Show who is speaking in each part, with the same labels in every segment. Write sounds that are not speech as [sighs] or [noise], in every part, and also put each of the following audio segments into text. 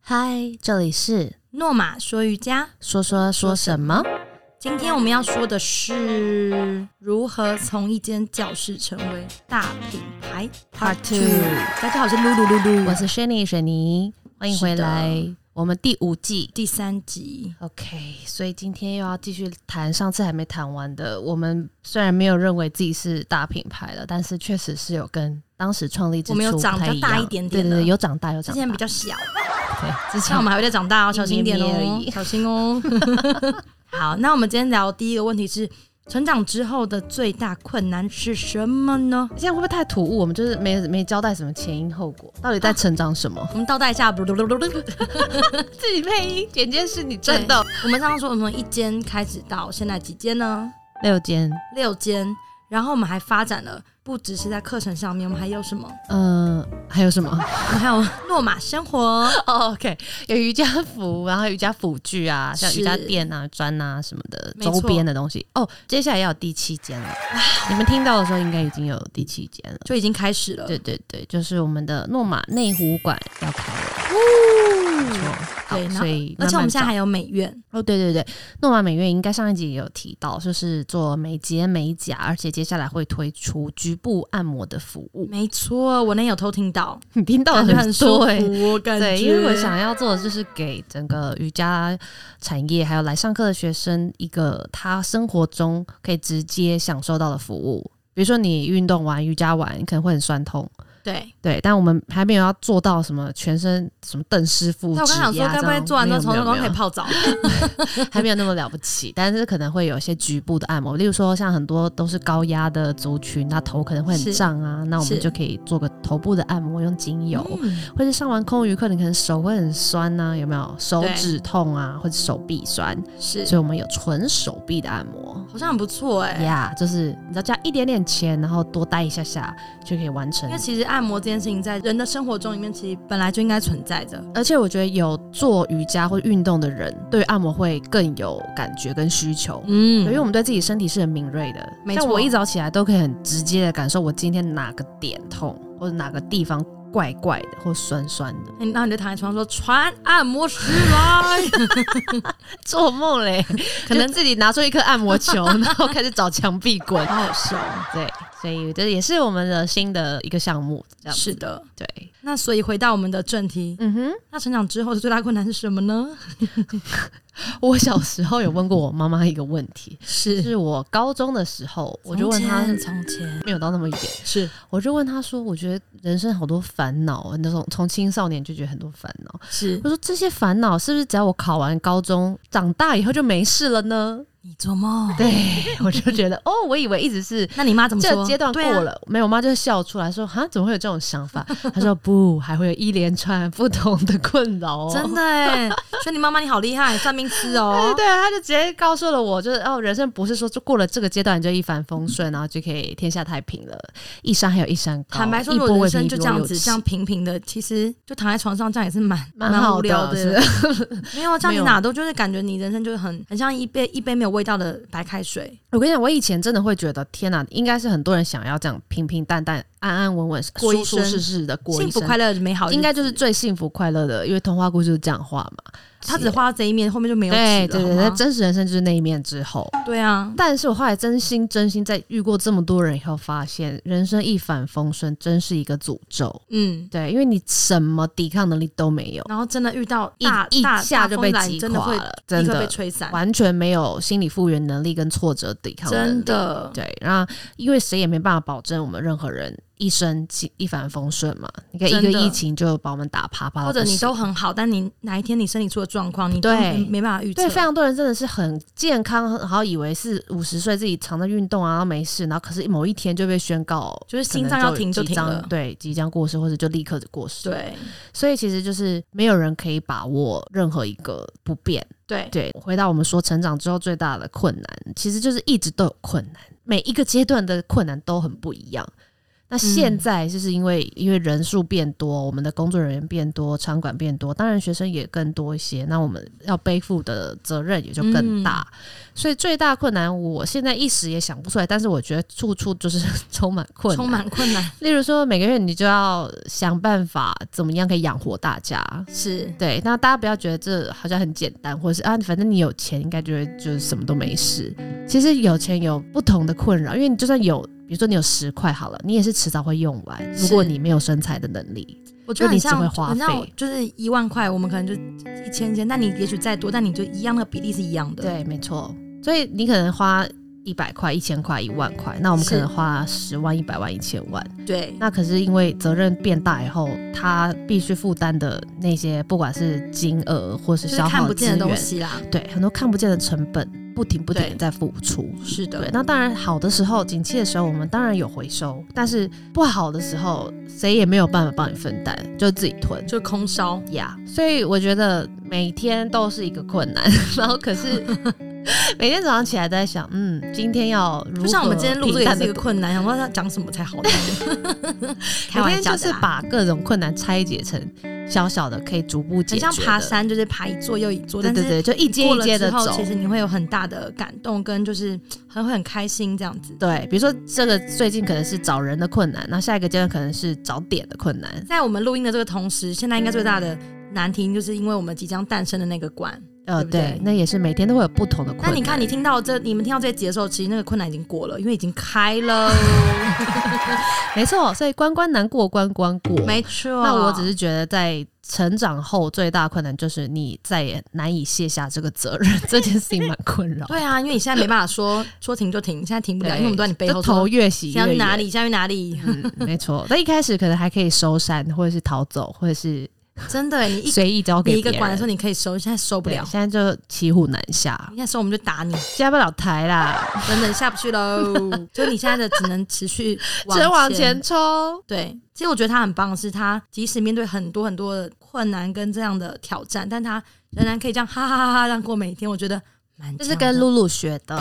Speaker 1: 嗨，这里是
Speaker 2: 诺玛说瑜伽，
Speaker 1: 说说说什么？
Speaker 2: 今天我们要说的是如何从一间教室成为大品牌
Speaker 1: Part two
Speaker 2: 大家好，我是露露露露，
Speaker 1: 我是 Shani 水泥，欢迎回来，我们第五季。
Speaker 2: 第三集。
Speaker 1: OK，所以今天又要继续谈上次还没谈完的。我们虽然没有认为自己是大品牌了，但是确实是有跟当时创立之初
Speaker 2: 我们有
Speaker 1: 不
Speaker 2: 长
Speaker 1: 太
Speaker 2: 比较大
Speaker 1: 样
Speaker 2: 一点点
Speaker 1: 对对对，
Speaker 2: 了
Speaker 1: 有长大，有
Speaker 2: 之
Speaker 1: 长大。
Speaker 2: 前比较小，
Speaker 1: 对 [laughs] 之前
Speaker 2: [laughs] 那我们还会再长大哦，小心一点
Speaker 1: 一咪
Speaker 2: 哦
Speaker 1: 咪而，已
Speaker 2: 小心
Speaker 1: [laughs]
Speaker 2: 哦。好，那我们今天聊第一个问题是，成长之后的最大困难是什么呢？
Speaker 1: 现在会不会太突兀？我们就是没没交代什么前因后果，到底在成长什么？
Speaker 2: 我们倒带一
Speaker 1: [laughs]
Speaker 2: 下，
Speaker 1: 自己配音，简介是你哦
Speaker 2: 真的。我们刚刚说我们一间开始到现在几间呢？
Speaker 1: 六间，
Speaker 2: 六间，然后我们还发展了，不只是在课程上面，我们还有什么？
Speaker 1: 嗯、还有什么？
Speaker 2: 我们还有诺玛生
Speaker 1: [laughs]
Speaker 2: 活，
Speaker 1: 哦、o k 有瑜伽服，然后瑜伽辅具啊，像
Speaker 2: 是
Speaker 1: 瑜伽垫啊、砖啊什么的
Speaker 2: 没
Speaker 1: 周
Speaker 2: 错
Speaker 1: 边的东西。哦，接下来要有第七间
Speaker 2: [sighs]
Speaker 1: 了，你们听到的时候应该已经有第七间了。
Speaker 2: 就已经开始了。
Speaker 1: 对对对，就是我们的诺玛内湖馆要开了，没错好
Speaker 2: 嗯对然后
Speaker 1: 所以
Speaker 2: 而且我们现在
Speaker 1: 还
Speaker 2: 还有美院，
Speaker 1: 哦，对对对，诺玛美院应该上一集也有提到，就是做美睫美甲，而且接下来会推出局部按摩的服务。
Speaker 2: 没错，我那有偷听到，
Speaker 1: 你听到
Speaker 2: 感
Speaker 1: 的
Speaker 2: 觉很舒
Speaker 1: 多欸
Speaker 2: 服，我感觉。
Speaker 1: 对，因为我想要做的就是给整个瑜伽产业还有来上课的学生一个他生活中可以直接享受到的服务。比如说你运动完、瑜伽完，你可能会很酸痛，
Speaker 2: 对，
Speaker 1: 对，但我们还没有要做到什么全身什么邓师傅指
Speaker 2: 那
Speaker 1: 压
Speaker 2: 我
Speaker 1: 啊这样。
Speaker 2: 刚想说，该不会做完之后从
Speaker 1: 没有
Speaker 2: 头
Speaker 1: 没有
Speaker 2: 都可以
Speaker 1: [laughs]
Speaker 2: 泡澡？
Speaker 1: 还没有那么了不起，但是可能会有一些局部的按摩，例如说像很多都是高压的族群，那头可能会很
Speaker 2: 是
Speaker 1: 胀啊，那我们
Speaker 2: 是
Speaker 1: 就可以做个头部的按摩，用精油，
Speaker 2: 嗯
Speaker 1: 或者上完空余课，你可能手会很酸呐、有没有？手
Speaker 2: 对
Speaker 1: 指痛啊，或者手臂酸，
Speaker 2: 是，
Speaker 1: 所以我们有纯手臂的按摩。
Speaker 2: 好像很不错哎。
Speaker 1: 呀、就是你知道加一点点钱，然后多待一下下就可以完成
Speaker 2: 因为。其实按摩这件事情在人的生活中里面，其实本来就应该存在着。
Speaker 1: 而且我觉得有做瑜伽或运动的人，对于按摩会更有感觉跟需求。
Speaker 2: 嗯
Speaker 1: 对因为我们对自己身体是很敏锐的，
Speaker 2: 没
Speaker 1: 像
Speaker 2: 错
Speaker 1: 我一早起来都可以很直接的感受我今天哪个点痛，或者哪个地方怪怪的或酸酸的。
Speaker 2: 嗯然后你就躺在床上说传按摩师
Speaker 1: [laughs]
Speaker 2: 来，
Speaker 1: 做梦嘞， [laughs] 可能自己拿出一颗按摩 [laughs] 球，然后开始找墙壁滚。
Speaker 2: 好好笑。
Speaker 1: 对，所以这也是我们的新的一个项目，这样子
Speaker 2: 是。的，
Speaker 1: 对，
Speaker 2: 那所以回到我们的正题，
Speaker 1: [laughs] 嗯哼，
Speaker 2: 那成长之后的最大困难是什么呢？，
Speaker 1: 我小时候有问过我妈妈一个问题，就是是我高中的时候，我就问她，
Speaker 2: 从前
Speaker 1: 没有到那么远，
Speaker 2: 是
Speaker 1: 我就问她说，我觉得人生好多烦恼，那种从青少年就觉得很多烦恼，
Speaker 2: 是，
Speaker 1: 我说这些烦恼是不是只要我考完高中，长大以后就没事了 [laughs] 呢？
Speaker 2: 你做梦。
Speaker 1: 对，我就觉得哦，我以为一直是
Speaker 2: 那你妈怎么
Speaker 1: 这
Speaker 2: 说？
Speaker 1: 阶段过
Speaker 2: 对啊
Speaker 1: 了，没有，我妈就笑出来说哈，怎么会有这种想法？她说不，还会有一连串不同的困扰哦。
Speaker 2: 真的哎，所以你妈妈你好厉害，算命师
Speaker 1: 对
Speaker 2: 哦。
Speaker 1: [laughs] 对，啊她就直接告诉了我，就是哦，人生不是说就过了这个阶段你就一帆风顺，然后就可以天下太平了，一山还有一山高。
Speaker 2: 坦白说，
Speaker 1: 一
Speaker 2: 如
Speaker 1: 波
Speaker 2: 果人
Speaker 1: 未平
Speaker 2: 生
Speaker 1: 一
Speaker 2: 就
Speaker 1: 波
Speaker 2: 这样
Speaker 1: 又
Speaker 2: 子，
Speaker 1: 起
Speaker 2: 这样平平的，其实就躺在床上，这样也是蛮
Speaker 1: 蛮好啊
Speaker 2: 无聊
Speaker 1: 是不
Speaker 2: 的
Speaker 1: 是。 [laughs]
Speaker 2: 没有，这样
Speaker 1: 没
Speaker 2: 你
Speaker 1: 有
Speaker 2: 哪都就是感觉你人生就是很很像一杯一杯没有味道的白开水，
Speaker 1: 我跟你讲，我以前真的会觉得，天哪，应该是很多人想要这样平平淡淡、安安稳稳、
Speaker 2: 过一
Speaker 1: 舒舒
Speaker 2: 生
Speaker 1: 适适的过一
Speaker 2: 幸福
Speaker 1: 生，
Speaker 2: 快乐美好日子，
Speaker 1: 应该就是最幸福快乐的，因为童话故事就是这样画嘛。
Speaker 2: 他只画到这一面，后面就没有
Speaker 1: 对
Speaker 2: 纸
Speaker 1: 对
Speaker 2: 了，
Speaker 1: 对，
Speaker 2: 好
Speaker 1: 在
Speaker 2: 吗
Speaker 1: 真实人生就是那一面之后。
Speaker 2: 对啊，
Speaker 1: 但是我后来真心真心在遇过这么多人以后，发现人生一帆风顺真是一个诅咒。
Speaker 2: 嗯，
Speaker 1: 对，因为你什么抵抗能力都没有，
Speaker 2: 然后真的遇到
Speaker 1: 一
Speaker 2: 大
Speaker 1: 一
Speaker 2: 大
Speaker 1: 下就被
Speaker 2: 大风来
Speaker 1: 击
Speaker 2: 真的
Speaker 1: 垮
Speaker 2: 会
Speaker 1: 了，真
Speaker 2: 立刻被
Speaker 1: 的
Speaker 2: 吹散，
Speaker 1: 完全没有心理复原能力跟挫折抵抗能力
Speaker 2: 真。的
Speaker 1: 对，然后因为谁也没办法保证我们任何人一生起一帆风顺嘛，你看一个
Speaker 2: 真的
Speaker 1: 疫情就把我们打趴趴到
Speaker 2: 或
Speaker 1: 不
Speaker 2: 者
Speaker 1: 行，
Speaker 2: 你都很好，但你哪一天你身体出了状况，你都
Speaker 1: 对
Speaker 2: 没没办法预测
Speaker 1: 对，非常多人真的是很健康，很好以为是五十岁自己常在运动啊，然后没事，然后可是某一天就被宣告。
Speaker 2: 就是
Speaker 1: 可能
Speaker 2: 心脏要停就
Speaker 1: 即
Speaker 2: 停
Speaker 1: 将
Speaker 2: 了，
Speaker 1: 对，即将过世或者就立刻就过世，，
Speaker 2: 对
Speaker 1: 所以其实就是没有人可以把握任何一个不变。
Speaker 2: 对
Speaker 1: 对，回到我们说成长之后最大的困难，其实就是一直都有困难，每一个阶段的困难都很不一样。那
Speaker 2: 嗯
Speaker 1: 现在就是因为、因为人数变多，我们的工作人员变多，场馆变多，当然学生也更多一些，那我们要背负的责任也就
Speaker 2: 嗯
Speaker 1: 更大。所以最大困难，我现在一时也想不出来，但是我觉得处处就是 [laughs] 充满困
Speaker 2: 充
Speaker 1: 难。
Speaker 2: 满困难，
Speaker 1: 例如说，每个月你就要想办法怎么样可以养活大家。
Speaker 2: 是
Speaker 1: 对，那大家不要觉得这好像很简单，或者是啊，反正你有钱应该就会就是什么都没事。其实有钱有不同的困扰，因为你就算有，比如说你有十块好了，你也是迟早会用完。
Speaker 2: 是
Speaker 1: 如果你没有生财的能力，
Speaker 2: 我觉得很像
Speaker 1: 就你只会花
Speaker 2: 很像
Speaker 1: 费
Speaker 2: 就是一万块，我们可能就一千千，但你也许再多，但你就一样那个比例是一样的。，
Speaker 1: 对，没错。所以你可能花一百块、一千块、一万块，那我们可
Speaker 2: 是
Speaker 1: 能花十万、一百万、一千万。
Speaker 2: 对，
Speaker 1: 那可是因为责任变大以后，他必须负担的那些，不管是金额或是
Speaker 2: 就是
Speaker 1: 消
Speaker 2: 看
Speaker 1: 耗
Speaker 2: 不
Speaker 1: 资
Speaker 2: 见
Speaker 1: 源，
Speaker 2: 的东西啦。
Speaker 1: 对很多看不见的成本，不停不停
Speaker 2: 对
Speaker 1: 的在付出。
Speaker 2: 是的
Speaker 1: 对，，那当然好的时候，景气的时候，我们当然有回收，但是不好的时候，谁也没有办法帮你分担，就自己吞。
Speaker 2: 就空烧。
Speaker 1: 呀所以我觉得每天都是一个困难， [laughs] 然后可是每天早上起来都在想，嗯，今天要如
Speaker 2: 就
Speaker 1: 何
Speaker 2: 像我们今天录
Speaker 1: 平
Speaker 2: 这个也
Speaker 1: 淡
Speaker 2: 是一
Speaker 1: 的
Speaker 2: 个困难，想不到他讲什么
Speaker 1: [laughs]
Speaker 2: 才好呢。
Speaker 1: 每
Speaker 2: 开玩
Speaker 1: 天
Speaker 2: 笑
Speaker 1: 就
Speaker 2: 的
Speaker 1: 是
Speaker 2: 啦，
Speaker 1: 把各种困难拆解成小小的，可以逐步解决。
Speaker 2: 很像爬，山，就是爬一座又一座，
Speaker 1: 对
Speaker 2: 但
Speaker 1: 对
Speaker 2: 是
Speaker 1: 对，就一阶
Speaker 2: 过
Speaker 1: 一
Speaker 2: 了
Speaker 1: 阶的
Speaker 2: 之后，
Speaker 1: 走。
Speaker 2: 其实你会有很大的感动，跟就是很会很开心这样子。
Speaker 1: 对，比如说这个最近可能是找人的困难，那下一个阶段可能是找点的困难。
Speaker 2: 在我们录音的这个同时，现在应该最大的难题就是因为我们即将诞生的那个馆。
Speaker 1: 呃，
Speaker 2: 对不对
Speaker 1: 那也是每天都会有不同的困
Speaker 2: 那
Speaker 1: 难。
Speaker 2: 你看，你听到这，你们听到这集的时候，其实那个困难已经过了，因为已经开了。
Speaker 1: 哦没错，所以关关难过关关过。
Speaker 2: 没错，
Speaker 1: 那我只是觉得在成长后最大的困难就是你再也难以卸下这个责任，这件事情蛮困扰。
Speaker 2: 对啊，因为你现在没办法说 [coughs] 说停就停，现在停不了，
Speaker 1: 对
Speaker 2: 因为我们都在你背后
Speaker 1: 这头
Speaker 2: 说
Speaker 1: 越洗
Speaker 2: 想
Speaker 1: 越
Speaker 2: 去哪
Speaker 1: 远。
Speaker 2: 里，想去哪里。
Speaker 1: 嗯，没错。那一开始可能还可以收山，或者是逃走，或者是
Speaker 2: 真的
Speaker 1: [laughs]
Speaker 2: 耶，你一
Speaker 1: 随意交给
Speaker 2: 你一
Speaker 1: 别
Speaker 2: 个
Speaker 1: 人。
Speaker 2: 馆的时候你可以收，现在收不
Speaker 1: 对
Speaker 2: 了，
Speaker 1: 现在就骑虎难下，
Speaker 2: 你现在收我们就打你，
Speaker 1: 下不了台啦，
Speaker 2: 等等下不去 [laughs] 喽。就你现在的只能持 [laughs] 续
Speaker 1: 只能往前冲。
Speaker 2: 对，其实我觉得他很棒的是，他即使面对很多很多的困难跟这样的挑战，但他仍然可以这样哈哈哈哈这样过每一天，我觉得蛮
Speaker 1: 这
Speaker 2: 强的。
Speaker 1: 是跟露露学的，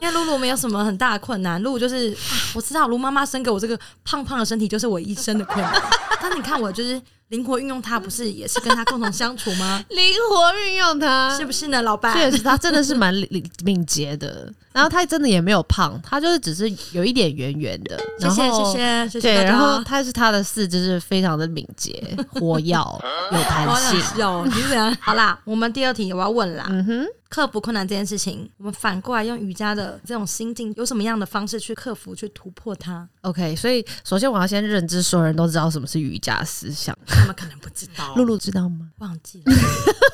Speaker 2: 因为露露没有什么很大的困难，露露就是、啊、我知道卢妈妈生给我这个胖胖的身体就是我一生的困难， [laughs] 但你看我就是灵活运用它，不是也是跟它共同相处吗？ [laughs]
Speaker 1: 灵活运用它
Speaker 2: 是不是呢，老板？
Speaker 1: [laughs] 确实，他真的是蛮敏敏捷的。然后他真的也没有胖，他就是只是有一点圆圆的。
Speaker 2: 谢
Speaker 1: 然
Speaker 2: 谢
Speaker 1: 后
Speaker 2: 谢谢谢谢
Speaker 1: 对，
Speaker 2: 大
Speaker 1: 然后
Speaker 2: 家。
Speaker 1: 他是他的四肢是非常的敏捷、
Speaker 2: [laughs]
Speaker 1: 活跃、有弹
Speaker 2: 好
Speaker 1: 性
Speaker 2: 想。笑，你是怎样？ [laughs] 好啦，我们第二题我要问啦，
Speaker 1: 嗯哼，
Speaker 2: 克服困难这件事情，我们反过来用瑜伽的这种心境，有什么样的方式去克服、去突破它？
Speaker 1: OK，所以首先我要先认知，所有人都知道什么是瑜伽思想。
Speaker 2: [laughs] 他们可能不知道，
Speaker 1: 露露知道吗？
Speaker 2: [laughs] 忘记了。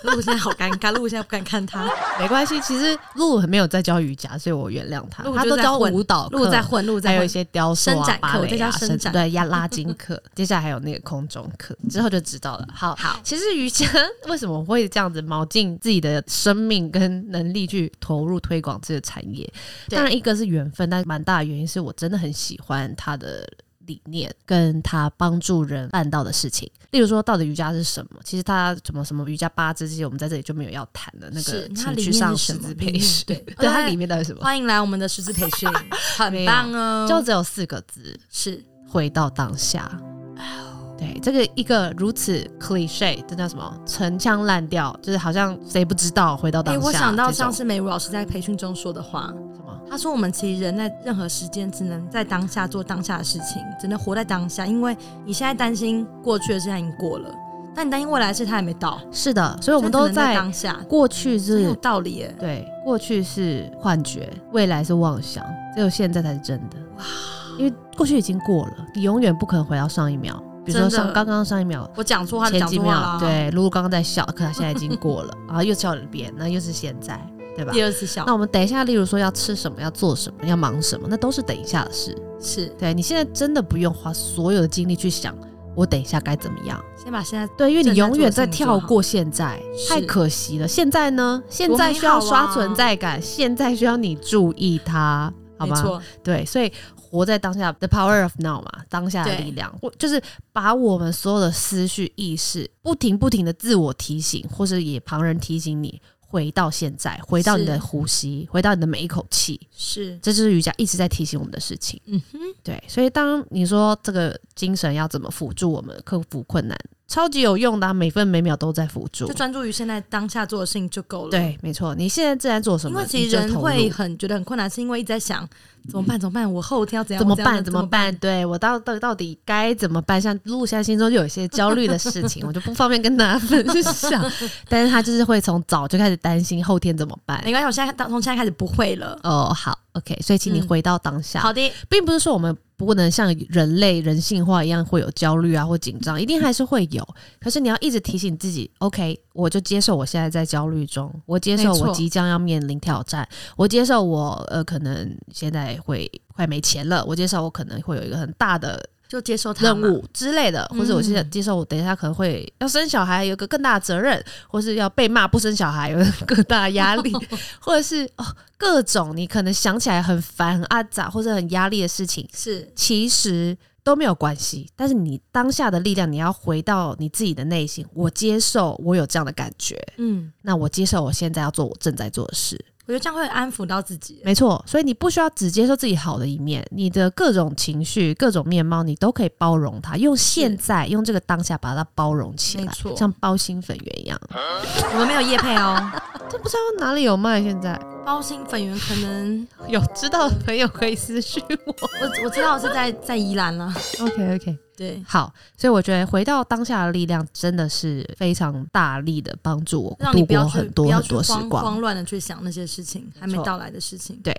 Speaker 2: 露露现在好尴尬，露露现在不敢看 [laughs] 他，
Speaker 1: 没关系，其实露露很没有在教瑜伽，所以我原谅她。
Speaker 2: 露露
Speaker 1: 她
Speaker 2: 就
Speaker 1: 都
Speaker 2: 在
Speaker 1: 教
Speaker 2: 混
Speaker 1: 舞蹈
Speaker 2: 露露
Speaker 1: 课，
Speaker 2: 在混，露露
Speaker 1: 还
Speaker 2: 在
Speaker 1: 有一
Speaker 2: 混。
Speaker 1: 些雕塑
Speaker 2: 伸
Speaker 1: 啊
Speaker 2: 展、课
Speaker 1: 芭
Speaker 2: 这
Speaker 1: 蕾
Speaker 2: 叫
Speaker 1: 啊、
Speaker 2: 伸展
Speaker 1: 对呀拉筋课，接下来还有那个空中课，之后就知道了。好，
Speaker 2: 好，
Speaker 1: 其实瑜伽为什么会这样子卯尽自己的生命跟能力去投入推广这个产业？
Speaker 2: 对
Speaker 1: 当然，一个是缘分，但蛮大的原因是我真的很喜欢它的。理念跟它帮助人办到的事情，例如说到底瑜伽是什么？其实它什么什么瑜伽八字，这些我们在这里就没有要谈的那
Speaker 2: 是
Speaker 1: 个
Speaker 2: 那它
Speaker 1: 情
Speaker 2: 里
Speaker 1: 绪
Speaker 2: 面
Speaker 1: 上
Speaker 2: 是
Speaker 1: 师
Speaker 2: 什么
Speaker 1: 资
Speaker 2: 里
Speaker 1: 培
Speaker 2: 面
Speaker 1: 训
Speaker 2: 对，
Speaker 1: [laughs]
Speaker 2: 哦
Speaker 1: 对
Speaker 2: 它
Speaker 1: 它里面到底是什么？
Speaker 2: 欢迎来我们的师资培训，很
Speaker 1: 没有
Speaker 2: 棒哦。
Speaker 1: 就只有四个字，
Speaker 2: 是
Speaker 1: 回到当下。对，这个一个如此 cliche，这叫什么？陈腔滥调，就是好像谁不知道回到
Speaker 2: 哎、
Speaker 1: 当下。
Speaker 2: 我想到上
Speaker 1: 这
Speaker 2: 次美如老师在培训中说的话，
Speaker 1: 种什么？
Speaker 2: 他说我们其实人在任何时间只能在当下做当下的事情，只能活在当下，因为你现在担心过去的事情已经过了，但你担心未来的事它还没到，
Speaker 1: 是的，所以我们都
Speaker 2: 所以只能在
Speaker 1: 在
Speaker 2: 当下，
Speaker 1: 过去
Speaker 2: 很有
Speaker 1: 是，
Speaker 2: 道理耶。
Speaker 1: 对，过去是幻觉，未来是妄想，只有现在才是真的。哇！因为过去已经过了，你永远不可能回到上一秒。比如说
Speaker 2: 真的
Speaker 1: 上刚刚上一秒，
Speaker 2: 我讲错话，
Speaker 1: 前
Speaker 2: 讲
Speaker 1: 几
Speaker 2: 错话
Speaker 1: 秒，
Speaker 2: 了，，啊
Speaker 1: 对，露露刚刚在笑，可她现在已经过了， [laughs] 然后又笑了一遍，那又是现在，对吧？
Speaker 2: 第二次笑
Speaker 1: 那我们等一下，例如说要吃什么、要做什么、要忙什么，那都是等一下的事。
Speaker 2: 是
Speaker 1: 对你现在真的不用花所有的精力去想我等一下该怎么样。
Speaker 2: 先把现在
Speaker 1: 对，因为你永远在
Speaker 2: 正在做的事情做
Speaker 1: 跳
Speaker 2: 好
Speaker 1: 过现在，
Speaker 2: 是
Speaker 1: 太可惜了。现在呢？现在需要
Speaker 2: 啊
Speaker 1: 刷存在感，现在需要你注意它，好
Speaker 2: 没
Speaker 1: 吗？
Speaker 2: 错，
Speaker 1: 对，所以活在当下，the power of now 嘛，当下的力量，我就是把我们所有的思绪、意识，不停不停的自我提醒，或是也旁人提醒你，回到现在，回到你的
Speaker 2: 是
Speaker 1: 呼吸，回到你的每一口气，
Speaker 2: 是，
Speaker 1: 这就是瑜伽一直在提醒我们的事情。
Speaker 2: 嗯哼，
Speaker 1: 对，所以当你说这个精神要怎么辅助我们克服困难，超级有用的啊、每分每秒都在辅助
Speaker 2: 就。专注于现在当下做的事情就够了。，
Speaker 1: 对，没错，你现在正在做什
Speaker 2: 因
Speaker 1: 么？
Speaker 2: 为其
Speaker 1: 你
Speaker 2: 实
Speaker 1: 就
Speaker 2: 人
Speaker 1: 投入
Speaker 2: 会很觉得很困难，是因为一直在想怎么办，怎么办，我后天要怎样，
Speaker 1: 怎
Speaker 2: 我
Speaker 1: 么
Speaker 2: 怎样
Speaker 1: 办？怎么？办？对我到到到底该怎么办？像录下心中就有一些焦虑的事情，我就不方便跟大家分享。但是他就是会从早就开始担心后天怎么办。
Speaker 2: 没关系，我现在从现在开始不会了。
Speaker 1: 哦，好，OK，所以请你
Speaker 2: 嗯
Speaker 1: 回到当下。
Speaker 2: 好的，
Speaker 1: 并不是说我们不能像人类人性化一样会有焦虑啊或紧张，一定还是会有。可是你要一直提醒自己，OK，我就接受我现在在焦虑中，我接受
Speaker 2: 没错
Speaker 1: 我即将要面临挑战，我接受我呃可能现在会快没钱了，我接受我可能会有一个很大的
Speaker 2: 就接受它
Speaker 1: 任
Speaker 2: 嘛。
Speaker 1: 务之类的，或者我现在
Speaker 2: 嗯
Speaker 1: 接受我等一下可能会要生小孩，有个更大的责任，或是要被骂不生小孩有更大的压
Speaker 2: [laughs]
Speaker 1: 力，或者是哦各种你可能想起来很烦、很阿杂或者很压力的事情，
Speaker 2: 是
Speaker 1: 其实都没有关系。但是你当下的力量，你要回到你自己的内心，我接受我有这样的感觉，
Speaker 2: 嗯，
Speaker 1: 那我接受我现在要做我正在做的事，
Speaker 2: 我觉得这样会安抚到自己。
Speaker 1: 没错，所以你不需要只接受自己好的一面，你的各种情绪、各种面貌，你都可以包容它。用现在，用这个当下把它包容起
Speaker 2: 没
Speaker 1: 来
Speaker 2: 错，
Speaker 1: 像包心粉圆一样。
Speaker 2: 我们没有叶配哦，
Speaker 1: 这不知道哪里有卖，现在
Speaker 2: 包心粉圆可能
Speaker 1: [laughs] 有知道的朋友可以私信我。
Speaker 2: 我我知道是在在宜兰了。
Speaker 1: OK OK，
Speaker 2: 对，
Speaker 1: 好，所以我觉得回到当下的力量真的是非常大力的帮助我
Speaker 2: 让
Speaker 1: 度
Speaker 2: 你不要
Speaker 1: 过
Speaker 2: 去
Speaker 1: 很
Speaker 2: 不
Speaker 1: 多
Speaker 2: 要
Speaker 1: 很
Speaker 2: 去
Speaker 1: 多时
Speaker 2: 慌
Speaker 1: 光。
Speaker 2: 慌乱的去想那些事情，还没
Speaker 1: 错
Speaker 2: 到来的事情。
Speaker 1: 对，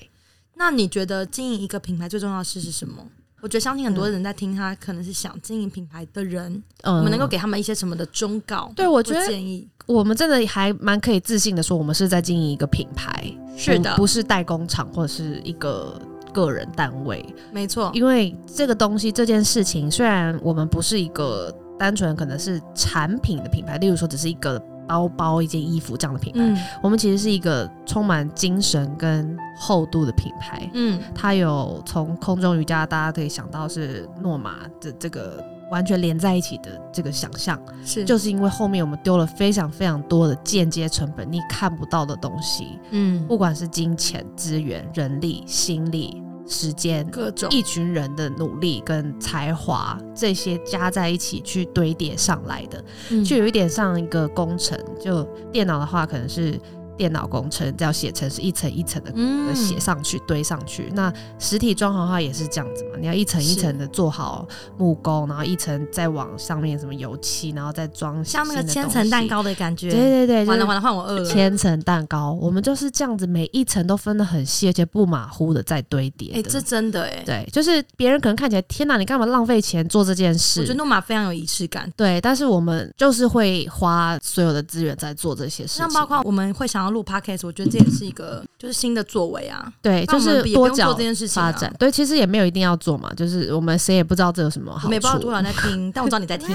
Speaker 2: 那你觉得经营一个品牌最重要的事是什么？我觉得相信很多人在听他，可能是想经营品牌的人，
Speaker 1: 嗯
Speaker 2: 我们能够给他们一些什么的忠告？
Speaker 1: 对我
Speaker 2: 我
Speaker 1: 觉得
Speaker 2: 建议
Speaker 1: 我们真的还蛮可以自信的说，我们是在经营一个品牌，
Speaker 2: 是的
Speaker 1: 不不是代工厂或者是一个个人单位。
Speaker 2: 嗯没错，
Speaker 1: 因为这个东西这件事情，虽然我们不是一个单纯可能是产品的品牌，例如说只是一个包包、一件衣服这样的品牌，
Speaker 2: 嗯
Speaker 1: 我们其实是一个充满精神跟厚度的品牌。
Speaker 2: 嗯，
Speaker 1: 它有从空中瑜伽，大家可以想到是诺玛的这个完全连在一起的这个想象。
Speaker 2: 是
Speaker 1: 就是因为后面我们丢了非常非常多的间接成本，你看不到的东西，
Speaker 2: 嗯
Speaker 1: 不管是金钱、资源、人力、心力、时间，
Speaker 2: 各种
Speaker 1: 一群人的努力跟才华这些加在一起去堆叠上来的，
Speaker 2: 嗯
Speaker 1: 就有一点像一个工程。就电脑的话，可能是电脑工程，要写成是一层一层的
Speaker 2: 嗯
Speaker 1: 写上去、堆上去。那实体装潢的话也是这样子嘛，你要一层一层的做好木工，然后一层再往上面什么油漆，然后再装
Speaker 2: 像那个
Speaker 1: 新的
Speaker 2: 千
Speaker 1: 东
Speaker 2: 层蛋
Speaker 1: 西。
Speaker 2: 糕的感
Speaker 1: 对
Speaker 2: 觉。
Speaker 1: 对对，就
Speaker 2: 完了
Speaker 1: 是
Speaker 2: 完了，换我饿了。呃
Speaker 1: 千层蛋糕，我们就是这样子，每一层都分得很细，而且不马虎的在堆叠的。
Speaker 2: 哎，这真的哎，
Speaker 1: 对，就是别人可能看起来，天哪，你干嘛浪费钱做这件
Speaker 2: 我觉得
Speaker 1: 事？
Speaker 2: 诺玛非常有仪式感。
Speaker 1: 对，但是我们就是会花所有的资源在做这些事情
Speaker 2: 像，包括我们会想要录 podcast，我觉得这也是一个就是新的作为啊，
Speaker 1: 对，
Speaker 2: 那
Speaker 1: 就
Speaker 2: 我们
Speaker 1: 是
Speaker 2: 也不
Speaker 1: 多
Speaker 2: 用做
Speaker 1: 角
Speaker 2: 这件事情
Speaker 1: 发
Speaker 2: 啊
Speaker 1: 展。。对，其实也没有一定要做嘛，就是我们谁也不知道这有什么
Speaker 2: 我
Speaker 1: 好
Speaker 2: 们也不知道
Speaker 1: 处
Speaker 2: 多。少人在听，但我知道你
Speaker 1: [laughs]
Speaker 2: 在听。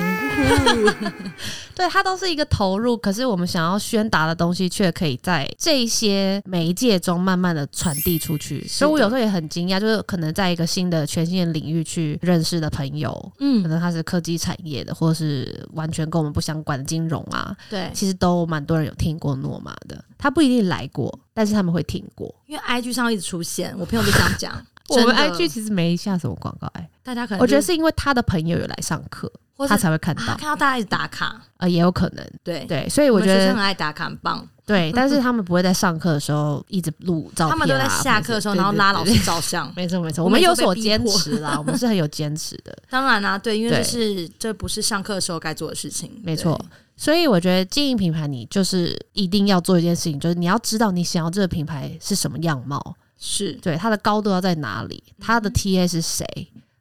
Speaker 1: 对，它都是一个投入，可是我们想要宣达的东西，却可以在这些媒介中慢慢的传递出去。所以我有时候也很惊讶，就是可能在一个新的、全新的领域去认识的朋友，可
Speaker 2: 嗯，
Speaker 1: 能他是科技产业的，或是完全跟我们不相关的金融啊，
Speaker 2: 对，
Speaker 1: 其实都蛮多人有听过诺玛的。他不一定来过，但是他们会听过。。
Speaker 2: 因为 IG 上一直出现，我朋友就这样讲
Speaker 1: [laughs] 我们
Speaker 2: 真的
Speaker 1: IG 其实没下什么广告、哎，
Speaker 2: 大家可能
Speaker 1: 我觉得
Speaker 2: 就是
Speaker 1: 因为他的朋友有来上课，
Speaker 2: 或是
Speaker 1: 他才会看
Speaker 2: 啊
Speaker 1: 到，
Speaker 2: 看到大家一直打卡，
Speaker 1: 呃，也有可能。
Speaker 2: 对，
Speaker 1: 对，所以我
Speaker 2: 们
Speaker 1: 觉
Speaker 2: 学
Speaker 1: 得
Speaker 2: 生啊很爱打卡，很棒。
Speaker 1: 对，但是他们不会在上课的时候一直录照片啊、
Speaker 2: 他们都在下课的时候，然后拉老
Speaker 1: 师。
Speaker 2: 师照相。
Speaker 1: [laughs] 没错没错，
Speaker 2: 我
Speaker 1: 我们
Speaker 2: 每次
Speaker 1: 有
Speaker 2: 都被
Speaker 1: 所
Speaker 2: 逼
Speaker 1: 坚
Speaker 2: 迫
Speaker 1: 持啦，我 [laughs] 们是很有坚持的。
Speaker 2: 当然啦、对，因为
Speaker 1: 对
Speaker 2: 这是这不是上课的时候该做的事情。
Speaker 1: 没错所以我觉得经营品牌，你就是一定要做一件事情，就是你要知道你想要这个品牌是什么样貌，
Speaker 2: 对，是
Speaker 1: 对它的高度要在哪里，
Speaker 2: 嗯
Speaker 1: 它的 TA 是谁，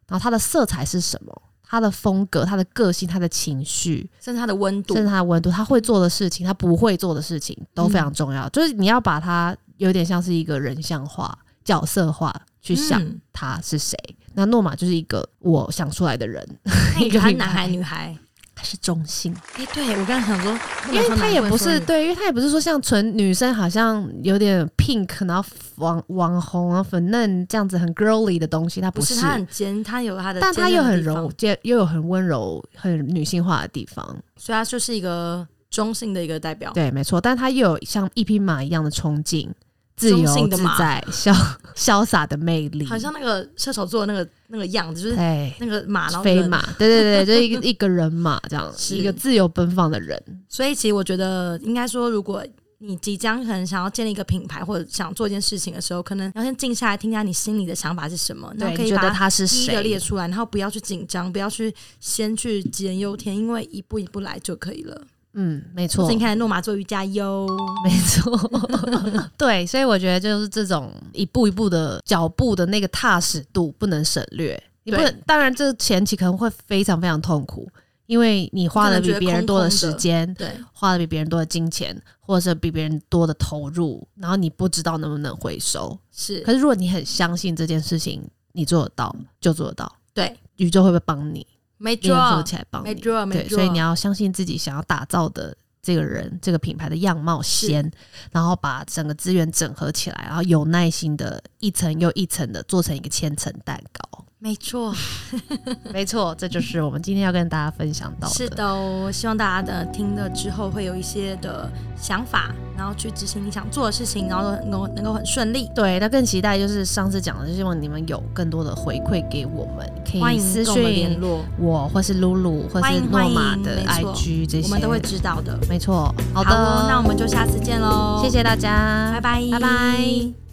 Speaker 1: 然后它的色彩是什么，它的风格、它的个性、它的情绪，
Speaker 2: 甚至它的温度
Speaker 1: 甚。至它的温度，它会做的事情，它不会做的事情都非常重
Speaker 2: 嗯
Speaker 1: 要。就是你要把它有点像是一个人像化、角色化去想
Speaker 2: 嗯
Speaker 1: 他是谁。那诺玛就是一个我想出来的人，
Speaker 2: 那你
Speaker 1: 一个
Speaker 2: 觉得他
Speaker 1: 品
Speaker 2: 男
Speaker 1: 牌
Speaker 2: 孩女孩？
Speaker 1: 他是中性，
Speaker 2: 哎、对我刚才想说，
Speaker 1: 因为他也不是
Speaker 2: 对
Speaker 1: 对，因为他也不是说像纯女生，好像有点 pink，然后网网红啊粉嫩这样子很 girly 的东西，他
Speaker 2: 不
Speaker 1: 是
Speaker 2: 是，他很尖，他有他的，
Speaker 1: 但他又很柔，，兼又有很温柔、很女性化的地方。
Speaker 2: 所以他就是一个中性的一个代表。
Speaker 1: 对，没错，但他又有像一匹马一样的冲劲、自
Speaker 2: 中
Speaker 1: 由
Speaker 2: 性的
Speaker 1: 自
Speaker 2: 马
Speaker 1: 在、潇潇洒的魅力，
Speaker 2: 好像那个射手座的那个那个样子，就是
Speaker 1: 对
Speaker 2: 那个马，然后
Speaker 1: 飞
Speaker 2: 人。
Speaker 1: 马，对对对，就是
Speaker 2: [laughs]
Speaker 1: 一个一个人马这样，
Speaker 2: 是
Speaker 1: 一个自由奔放的人，
Speaker 2: 所以其实我觉得，应该说，如果你即将可能想要建立一个品牌或者想做一件事情的时候，可能要先静下来听一下你心里的想法是什么，然
Speaker 1: 对，
Speaker 2: 后可
Speaker 1: 你
Speaker 2: 以
Speaker 1: 觉得
Speaker 2: 把它
Speaker 1: 他是
Speaker 2: 第一个列
Speaker 1: 谁？
Speaker 2: 出来，然后不要去紧张，不要去先去杞人忧天，因为一步一步来就可以了。
Speaker 1: 嗯，没
Speaker 2: 所
Speaker 1: 错
Speaker 2: 以，你看，诺玛做瑜伽哟，
Speaker 1: 没
Speaker 2: [laughs]
Speaker 1: 错， [laughs] 对，所以我觉得就是这种一步一步的脚步的那个踏实度不能省略，你不
Speaker 2: 对
Speaker 1: 能，当然这前期可能会非常非常痛苦，因为你花的
Speaker 2: 真的觉
Speaker 1: 比
Speaker 2: 得
Speaker 1: 别人
Speaker 2: 空
Speaker 1: 多的
Speaker 2: 空的
Speaker 1: 时间，
Speaker 2: 对，
Speaker 1: 花的比别人多的金钱，或者是比别人多的投入，然后你不知道能不能回收。
Speaker 2: 是
Speaker 1: 可，是如果你很相信这件事情，你做得到就做得到，
Speaker 2: 对，
Speaker 1: 宇宙会不会帮你？
Speaker 2: 没
Speaker 1: 力量做
Speaker 2: 错，
Speaker 1: 起来帮
Speaker 2: 没
Speaker 1: 你。
Speaker 2: 错，没
Speaker 1: 对，
Speaker 2: 错。
Speaker 1: 所以你要相信自己想要打造的这个人、这个品牌的样貌先，然后把整个资源整合起来，然后有耐心的一层又一层的做成一个千层蛋糕。
Speaker 2: 没错，
Speaker 1: 没错，这就是我们今天要跟大家分享到
Speaker 2: 是
Speaker 1: 的。
Speaker 2: 的哦，希望大家的听了之后会有一些的想法，然后去执行你想做的事情，然后能够能够很顺利。
Speaker 1: 对，那更期待就是上次讲的，就是希望你们有更多的回馈给我们，可
Speaker 2: 欢
Speaker 1: 以
Speaker 2: 迎
Speaker 1: 私
Speaker 2: 跟我们联
Speaker 1: 讯
Speaker 2: 络，
Speaker 1: 我或是露露或
Speaker 2: 欢
Speaker 1: 是
Speaker 2: 迎
Speaker 1: 诺玛
Speaker 2: 欢迎
Speaker 1: 的
Speaker 2: 没错
Speaker 1: IG 这些，
Speaker 2: 我们都会知道的。
Speaker 1: 没错。好的，
Speaker 2: 哦那我们就下次见喽，
Speaker 1: 谢，谢大家，
Speaker 2: 拜拜，
Speaker 1: 拜拜。